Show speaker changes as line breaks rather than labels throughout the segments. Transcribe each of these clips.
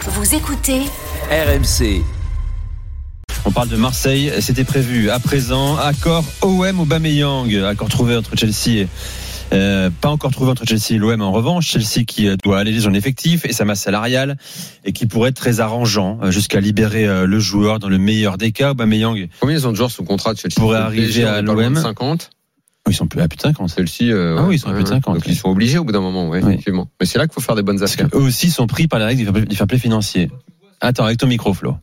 Vous écoutez
RMC.
On parle de Marseille, c'était prévu. À présent, accord OM Aubameyang, accord trouvé entre Chelsea et euh, pas encore trouvé entre Chelsea et l'OM en revanche, Chelsea qui euh, doit alléger son effectif et sa masse salariale et qui pourrait être très arrangeant euh, jusqu'à libérer euh, le joueur dans le meilleur des cas. oh, Aubameyang,
Combien ils ont de joueurs sous contrat de Chelsea
Pourrait
Le
arriver
PSG, on
à
est pas loin de
l'OM.
50.
ils sont plus à putain quand c'est.
Chelsea. euh,
Ah oui,
ouais,
ils sont à plus de
ouais,
50,
Donc
oui.
ils sont obligés au bout d'un moment, ouais,
Oui.
effectivement. Mais c'est là qu'il faut faire des bonnes
Parce
affaires.
qu'eux aussi sont pris par la règle du fair play- du fair play financier. Attends, avec ton micro, Flo.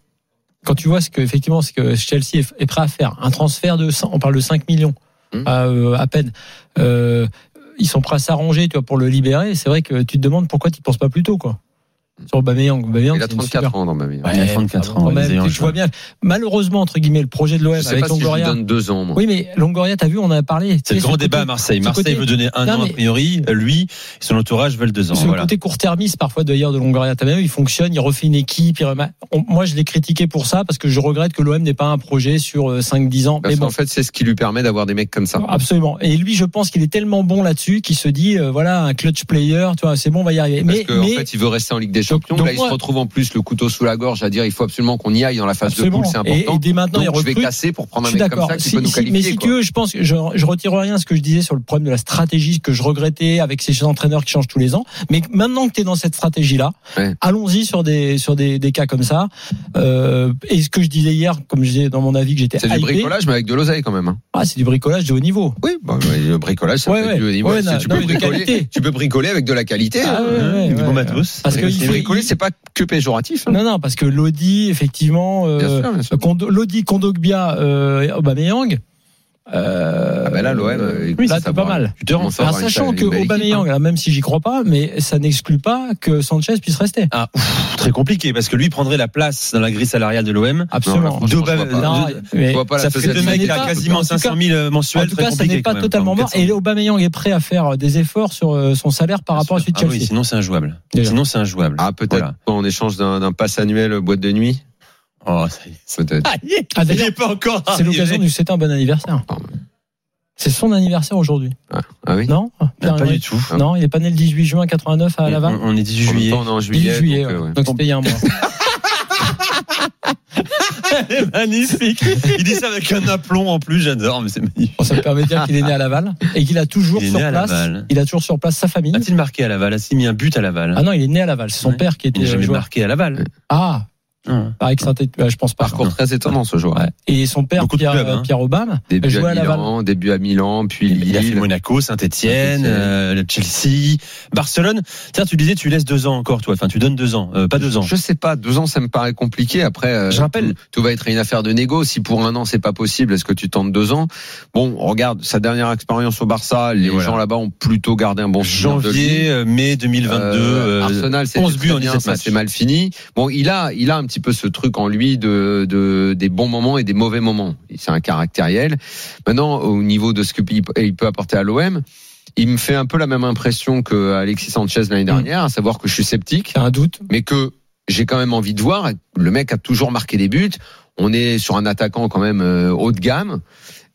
quand tu vois ce que effectivement c'est que Chelsea est- est prêt à faire un transfert de 100, on parle de 5 millions
Mhm.
à, euh, à peine Euh, ils sont prêts à s'arranger tu vois pour le libérer c'est vrai que tu te demandes pourquoi tu ne penses pas plus tôt quoi sur Aubameyang Aubameyang
Il a
c'est une
34
super-
ans dans ma vie.
Ouais, il a 34
enfin,
ans,
quand même,
les ayants,
tu- tu vois bien malheureusement entre guillemets le projet de l'OM
Je sais pas
avec
si je lui
Longoria
donne deux ans, moi.
oui mais Longoria t'as vu on en a parlé
C'est le grand débat à Marseille.
ce
Marseille
côté-
veut donner un
Non,
an a
mais-
priori. Lui, et son entourage veulent deux ans.
Ce
Voilà.
côté court-termiste parfois d'ailleurs de Longoria, t'as même il fonctionne, il refait une équipe. il rema- on- moi, je l'ai critiqué pour ça parce que je regrette que l'OM n'ait pas un projet sur euh, 5-10 ans.
Parce
mais bon,
qu'en fait, Bah, c'est ce qui lui permet d'avoir des mecs comme ça.
Oh, Absolument. Et lui, je pense qu'il est tellement bon là-dessus qu'il se dit, euh, voilà, un clutch player, tu vois, c'est bon, on va y arriver.
Parce
Mais,
qu'en
mais-
fait, il veut rester en Ligue des
Donc-
Champions.
donc
là, il
moi-
se retrouve en plus le couteau sous la gorge à dire il faut absolument qu'on y aille dans la phase
absolument.
de poule, c'est
Et-
important.
Et, dès maintenant, il
donc, je vais
recrute.
casser pour
Je
prendre un
suis
mec comme
d'accord.
ça qui
Si-
peut nous
si- mais
qualifier.
si
quoi.
tu veux, je pense que je, je retire rien à ce que je disais sur le problème de la stratégie que je regrettais avec ces entraîneurs qui changent tous les ans. Mais maintenant que tu es dans cette stratégie-là,
Ouais.
allons-y sur des sur des, des cas comme ça. Euh, et ce que je disais hier, comme je disais dans mon avis que j'étais
C'est du
hypé,
bricolage, mais avec de l'oseille quand même. hein.
Ah, c'est du bricolage de haut niveau.
Oui, bah, mais le bricolage, ça
Ouais,
peut
ouais.
être du haut niveau.
Ouais,
Si
non,
tu,
non,
peux
mais de
bricoler,
qualité.
tu peux bricoler avec de la qualité.
Ah,
hein.
ouais, ouais,
Du bon
ouais.
matos.
Parce que
Mais
il faut-
bricoler,
il-
c'est pas que péjoratif. hein.
Non, non, parce que Lodi, effectivement,
Bien
euh,
sûr, bien sûr.
Kondo- Lodi, Kondogbia, euh, Aubameyang. Euh,
Ah ben là, l'OM, euh,
oui,
ça
là, c'est
va.
pas mal.
Tu te rends-
Comment ça,
Alors,
avoir une
sachant
belle-
que
une belle équipe,
Aubameyang,
hein.
là, même si j'y crois pas, mais ça n'exclut pas que Sanchez puisse rester.
Très compliqué parce que lui prendrait la place dans la grille salariale de l'OM.
Absolument.
franchement,
D'Aubame-
je vois
Non,
de-
mais-
Je vois pas la
ça fait deux
totalité
mecs,
des
il a
équipes.
quasiment
En tout cas-
500 000 euh, mensuels.
en tout
très
cas, ça
compliqué
n'est pas
hein,
quand même.
totalement mort. Et Aubameyang est prêt à faire des efforts sur euh, son salaire par rapport à celui de
Ah oui,
Chelsea.
sinon c'est injouable.
Déjà.
Sinon c'est injouable.
Ah, peut-être
Voilà.
quoi, en échange d'un d'un pass annuel euh, boîte de nuit
Oh, ça y est.
Peut-être.
Ah,
Il
d'ailleurs,
est pas encore.
c'est
arrivé.
l'occasion du c'est un bon anniversaire.
Pardon.
C'est son anniversaire aujourd'hui.
Ah oui
Non
Ah, Pas du
Pierre-Emerick
tout.
hein.
Non, il est pas né le 18 juin 89 à
On,
Laval
on est 18
En même
juillet.
temps, on est en
18
juillet.
juillet,
donc,
ouais.
euh, ouais.
donc c'était il y a un mois.
Magnifique. Il dit ça avec un aplomb en plus, j'adore, mais c'est magnifique.
Bon, ça me permet de dire qu'il est né à Laval et qu'il a toujours
Il est
sur
né à
place.
Laval.
Il a toujours sur place sa famille.
A-t-il marqué à Laval A-t-il mis un but à Laval
Ah euh, non, il est né à Laval. C'est son
Ouais.
père qui
Il
était
n'a jamais
joueur.
marqué à Laval.
Ah,
Ah.
avec saint je pense pas.
Parcours très étonnant ce joueur.
Ouais. Et son père,
Beaucoup de
Pierre, euh,
clubs, hein.
Pierre Obama,
Début
jouait
à
à Laval.
Milan, début à Milan, puis
Il, a fait
Lille.
Monaco, Saint-Etienne, euh,
Saint-Étienne.
Chelsea, Barcelone. Tiens, tu disais, tu laisses deux ans encore, toi. Enfin, tu donnes deux ans, euh, pas deux ans.
Je sais pas, deux ans ça me paraît compliqué. Après, euh,
Je rappelle-
tout, tout va être une affaire de négo. Si pour un an c'est pas possible, est-ce que tu tentes deux ans Bon, regarde sa dernière expérience au Barça. Les
Et voilà.
gens là-bas ont plutôt gardé un bon souvenir de lui.
Janvier, euh, mai 2022.
Euh,
euh,
Arsenal, c'est
11 buts en 17
ça
matchs.
c'est mal fini. Bon, il a, il a un petit peu ce truc en lui de, de des bons moments et des mauvais moments. C'est un caractériel. Maintenant, au niveau de ce qu'il il peut apporter à l'OM, il me fait un peu la même impression que Alexis Sanchez l'année
Mm.
dernière, à savoir que je suis sceptique,
T'as un doute
mais que j'ai quand même envie de voir. Le mec a toujours marqué des buts. On est sur un attaquant quand même euh, haut de gamme.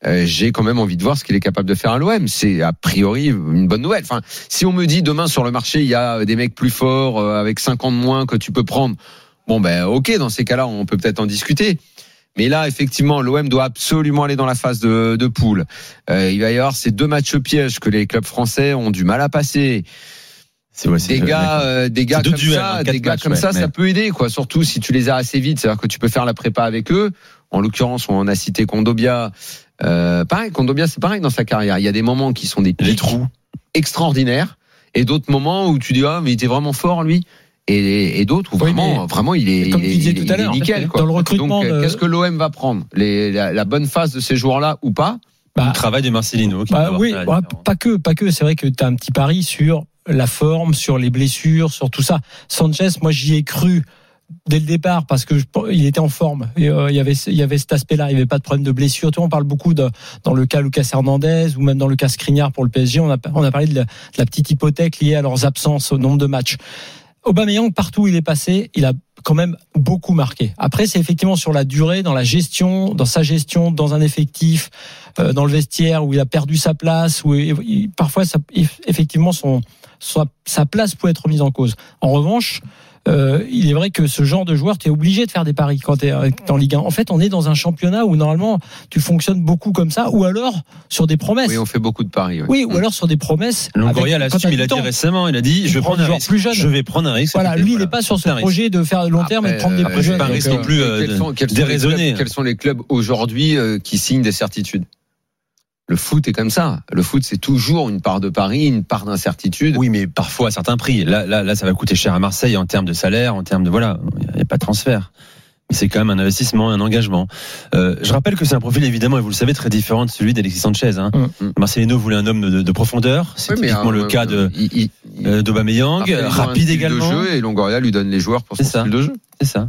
Euh, j'ai quand même envie de voir ce qu'il est capable de faire à l'OM. C'est a priori une bonne nouvelle. Enfin, si on me dit demain sur le marché, il y a des mecs plus forts euh, avec 50 de moins que tu peux prendre, bon ben ok, dans ces cas-là, on peut peut-être en discuter. Mais là, effectivement, l'OM doit absolument aller dans la phase de, de poule. Euh, il va y avoir ces deux matchs pièges que les clubs français ont du mal à passer.
c'est- ouais, c'est-
Des gars, euh, des gars
C'est deux
comme
duels, hein,
ça,
quatre
des gars
matchs,
comme
ouais,
ça,
mais-
ça peut aider, quoi. Surtout si tu les as assez vite, c'est-à-dire que tu peux faire la prépa avec eux. En l'occurrence, on a cité Kondobia. Euh, pareil, Kondobia, c'est pareil dans sa carrière. Il y a des moments qui sont des
Les
pics
trous.
extraordinaires et d'autres moments où tu dis ah mais il était vraiment fort lui. Et, et d'autres où
Oui,
vraiment,
mais
vraiment, il est,
comme
il
tu
est-
disais
il
tout
est
à l'heure,
nickel. Quoi.
dans le recrutement
Donc, euh,
de-
qu'est-ce que l'OM va prendre Les- la, la bonne phase de ces joueurs-là ou pas
Le
Bah,
travail de Marcelino. qui
bah
peut avoir
oui,
fait la
bah,
différence.
pas que, pas que. C'est vrai que t'as un petit pari sur la forme, sur les blessures, sur tout ça. Sanchez, moi j'y ai cru dès le départ parce que je- il était en forme. Et, euh, il y avait il y avait cet aspect-là, il n'y avait pas de problème de blessure. Tu vois, on parle beaucoup de, dans le cas Lucas Hernandez ou même dans le cas Skriniar pour le PSG. On a on a parlé de la, de la petite hypothèque liée à leurs absences au nombre de matchs. Aubameyang partout où il est passé, il a quand même beaucoup marqué. Après, c'est effectivement sur la durée, dans la gestion, dans sa gestion, dans un effectif, euh, dans le vestiaire où il a perdu sa place, où il- il- parfois ça, eff- effectivement son, sa, sa place peut être mise en cause. En revanche, euh, il est vrai que ce genre de joueur, tu es obligé de faire des paris quand tu es en Ligue 1. En fait, on est dans un championnat où normalement tu fonctionnes beaucoup comme ça, ou alors sur des promesses.
Oui, on fait beaucoup de paris. ouais.
oui, ou alors sur des promesses.
Longoria
avec- quand
l'assume,
t'as
il
du
a dit
temps.
récemment, il a dit
Il
je vais
prend
prendre
des
un
joueurs
risque.
plus jeunes.
Je vais prendre un risque.
Voilà,
C'était-
lui, il
voilà.
n'est pas sur ce
Un risque.
projet de faire long terme et de prendre des
Après, euh,
projets.
pas un risque
Donc,
non plus, euh,
quels sont, quels sont les
déraisonné.
hein.
clubs- quels sont les clubs aujourd'hui euh, qui signent des certitudes Le foot est comme ça. Le foot, c'est toujours une part de pari, une part d'incertitude.
Oui, mais parfois à certains prix. Là, là, là, ça va coûter cher à Marseille en termes de salaire, en termes de voilà, il n'y a pas de transfert. Mais c'est quand même un investissement, un engagement. Euh, je rappelle que c'est un profil évidemment, et vous le savez, très différent de celui d'Alexis Sanchez. Hein.
Hum.
Mm.
Marcelino voulait un homme de, de profondeur. C'est
Oui, mais,
typiquement
euh,
le cas de
il- il- il-
euh, d'Aubameyang,
Marseille a un
rapide
style
également.
De jeu et Longoria lui donne les joueurs pour son
C'est ça.
style de jeu.
C'est ça.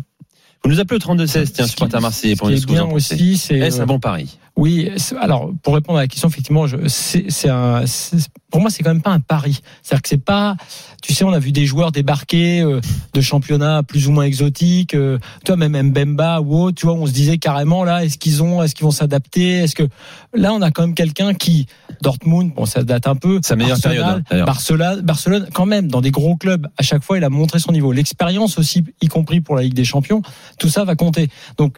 Vous nous appelez au 32 16, tiens,
ce qui-
supporter marseillais pour
ce
dire
qui
ce
est
que vous en
bien
pensez.
aussi, euh, c'est
Est-ce un bon pari
Oui, c'est- alors pour répondre à la question, effectivement, je- c'est c'est un, c'est- pour moi, c'est quand même pas un pari. C'est-à-dire que c'est pas, tu sais, on a vu des joueurs débarquer euh, de championnats plus ou moins exotiques. euh, toi, même Mbemba ou autre, tu vois, on se disait carrément là, est-ce qu'ils ont, est-ce qu'ils vont s'adapter, est-ce que là, on a quand même quelqu'un qui Dortmund, bon, ça date un peu.
Sa meilleure
Arsenal,
période, hein, d'ailleurs.
Barcelone, Barcelone, quand même, dans des gros clubs, à chaque fois, il a montré son niveau. L'expérience aussi, y compris pour la Ligue des Champions, tout ça va compter. Donc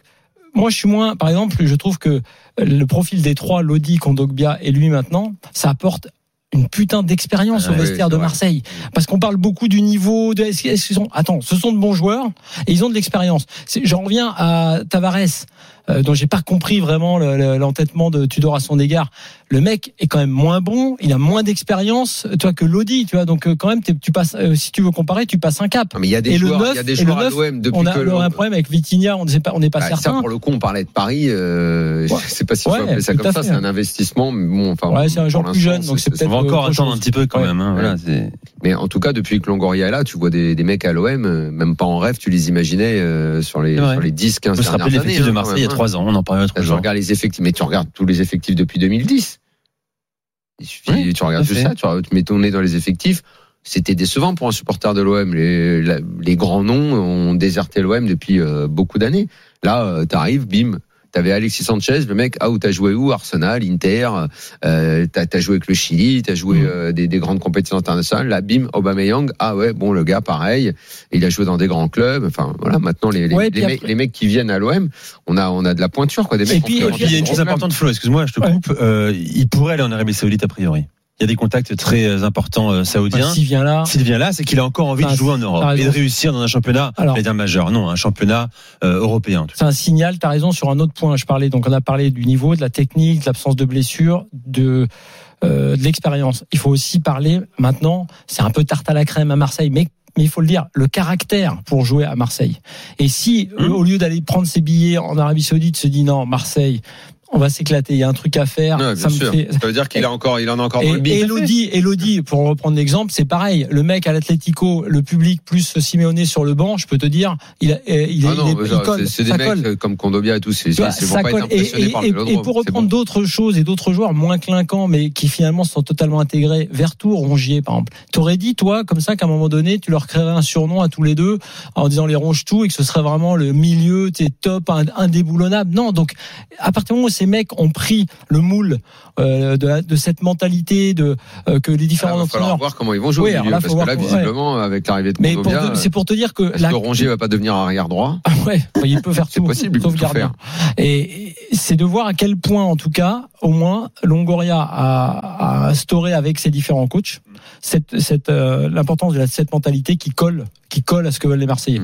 moi, je suis moins, par exemple, je trouve que euh, le profil des trois, Lodi, Kondogbia et lui maintenant, ça apporte une putain d'expérience au
Ouais, Ah
vestiaire
c'est
de
vrai.
Marseille. Parce qu'on parle beaucoup du niveau, de, est-ce qu'ils sont, attends, ce sont de bons joueurs et ils ont de l'expérience. C'est- J'en reviens à Tavares, euh, dont j'ai pas compris vraiment le- le- l'entêtement de Tudor à son égard. Le mec est quand même moins bon, il a moins d'expérience, toi, que Lodi, tu vois. Donc, euh, quand même, t'es- tu passes, euh, si tu veux comparer, tu passes un cap.
Non, mais il y a des
Et le
joueurs,
neuf-
il y a des
et le
joueurs à
neuf,
l'OM depuis
On a,
que
on a un problème avec Vitinha, on ne sait pas, on n'est pas
Bah,
certain.
ça pour le coup on parlait de Paris euh,
Ouais.
je sais pas si je
Ouais,
peux appeler ça
tout
comme
à
ça
fait.
c'est un investissement mais bon enfin
Ouais, c'est un
pour
joueur plus
l'instant,
jeune, donc c'est peut-être
On va
euh,
encore
autre
attendre un
chose.
petit peu quand
Ouais.
même. hein, voilà, c'est-
mais en tout cas depuis que Longoria est là tu vois des, des mecs à l'OM euh, même pas en rêve tu les imaginais euh, sur les
C'est vrai.
sur les 10
On
15
peut se rappeler
dernières années
l'effectif de
hein,
Marseille il y a
quand même,
trois ans. On en parlait l'autre
hein. je
jour.
regarde les effectifs mais tu regardes tous les effectifs depuis 2010 il suffit
Ouais,
tu regardes
tout à
tout
fait.
ça tu re- tu mets ton nez dans les effectifs c'était décevant pour un supporter de l'OM. Les, la- les grands noms ont déserté l'OM depuis euh, beaucoup d'années. Là, euh, t'arrives, bim, t'avais Alexis Sanchez, le mec, ah, où t'as joué où Arsenal, Inter, euh, t'as t'as joué avec le Chili, t'as joué
Mm.
euh, des, des grandes compétitions internationales. Là, bim, Aubameyang, ah ouais, bon, le gars, pareil, il a joué dans des grands cluubs. Enfin, voilà, maintenant, les, les,
Ouais,
les
puis
mecs,
après-
les mecs qui viennent à l'OM, on a, on a de la pointure, quoi, des mecs
Et
qui ont
puis-
fait
et
Et
puis,
puis, il y a une
grand
chose
club.
importante, Flo, excuse-moi, je te
Ouais.
coupe. euh, il pourrait aller en Arabie Saoudite, a priori. Il y a des contacts très importants euh, saoudiens.
Enfin, S'il vient là.
S'il vient là, c'est qu'il a encore envie
Ah,
de jouer en Europe
t'as
et
raison.
de réussir dans un championnat,
Alors-
j'allais dire majeur, non, un championnat euh, européen. en tout cas.
C'est un signal, tu as raison, sur un autre point. Je parlais, donc on a parlé du niveau, de la technique, de l'absence de blessure, de, euh, de l'expérience. Il faut aussi parler maintenant, c'est un peu tarte à la crème à Marseille, mais, mais il faut le dire, le caractère pour jouer à Marseille. Et si,
Mmh.
au lieu d'aller prendre ses billets en Arabie Saoudite, se dit non, Marseille, on va s'éclater, il y a un truc à faire,
Ouais,
ça
bien
me
sûr.
fait,
Ça veut dire qu'il a encore, il en a encore Ah dans le
Et
bide.
Elodie, Elodie, pour reprendre l'exemple, c'est pareil. Le mec à l'Atlético, le public plus Simeone sur le banc, je peux te dire, il, a- euh, il, est-
Ah non,
il, est-
mais
il
ça,
colle,
c'est- c'est des
ça
mecs
colle.
euh, comme Condobia et tout, c'est
Tu vois,
c'est- c'est- vont
Bah, ça
pas être
colle. Et-
impressionnés
et-
par
et-
le
et pour reprendre
vélodrome.
d'autres choses et d'autres joueurs moins clinquants, mais qui finalement sont totalement intégrés, Vertour, Rongier par exemple. T'aurais dit toi comme ça qu'à un moment donné, tu leur créerais un surnom à tous les deux en disant les ronge tout et que ce serait vraiment le milieu, t'es top, ind- indéboulonnable. Non, donc à partir du moment où ces mecs ont pris le moule euh, de, la- de cette mentalité de euh, que les
Ah, Il
différents
va falloir
entraîneurs
voir comment ils vont jouer
Oui,
au
alors
milieu,
là, faut
parce que
voir
là,
comment-
visiblement, avec l'arrivée de
Mais pour
Condobia,
te- c'est pour te dire que
euh, est-ce
la-
que Rongier va pas devenir arrière droit
Ah ouais, il peut faire
C'est
tout,
possible, il peut
sauf
tout
gardien.
faire.
Et et c'est de voir à quel point, en tout cas, au moins, Longoria a, a instauré avec ses différents coachs cette, cette, euh, l'importance de la, cette mentalité qui colle, qui colle à ce que veulent les Marseillais.
Mm.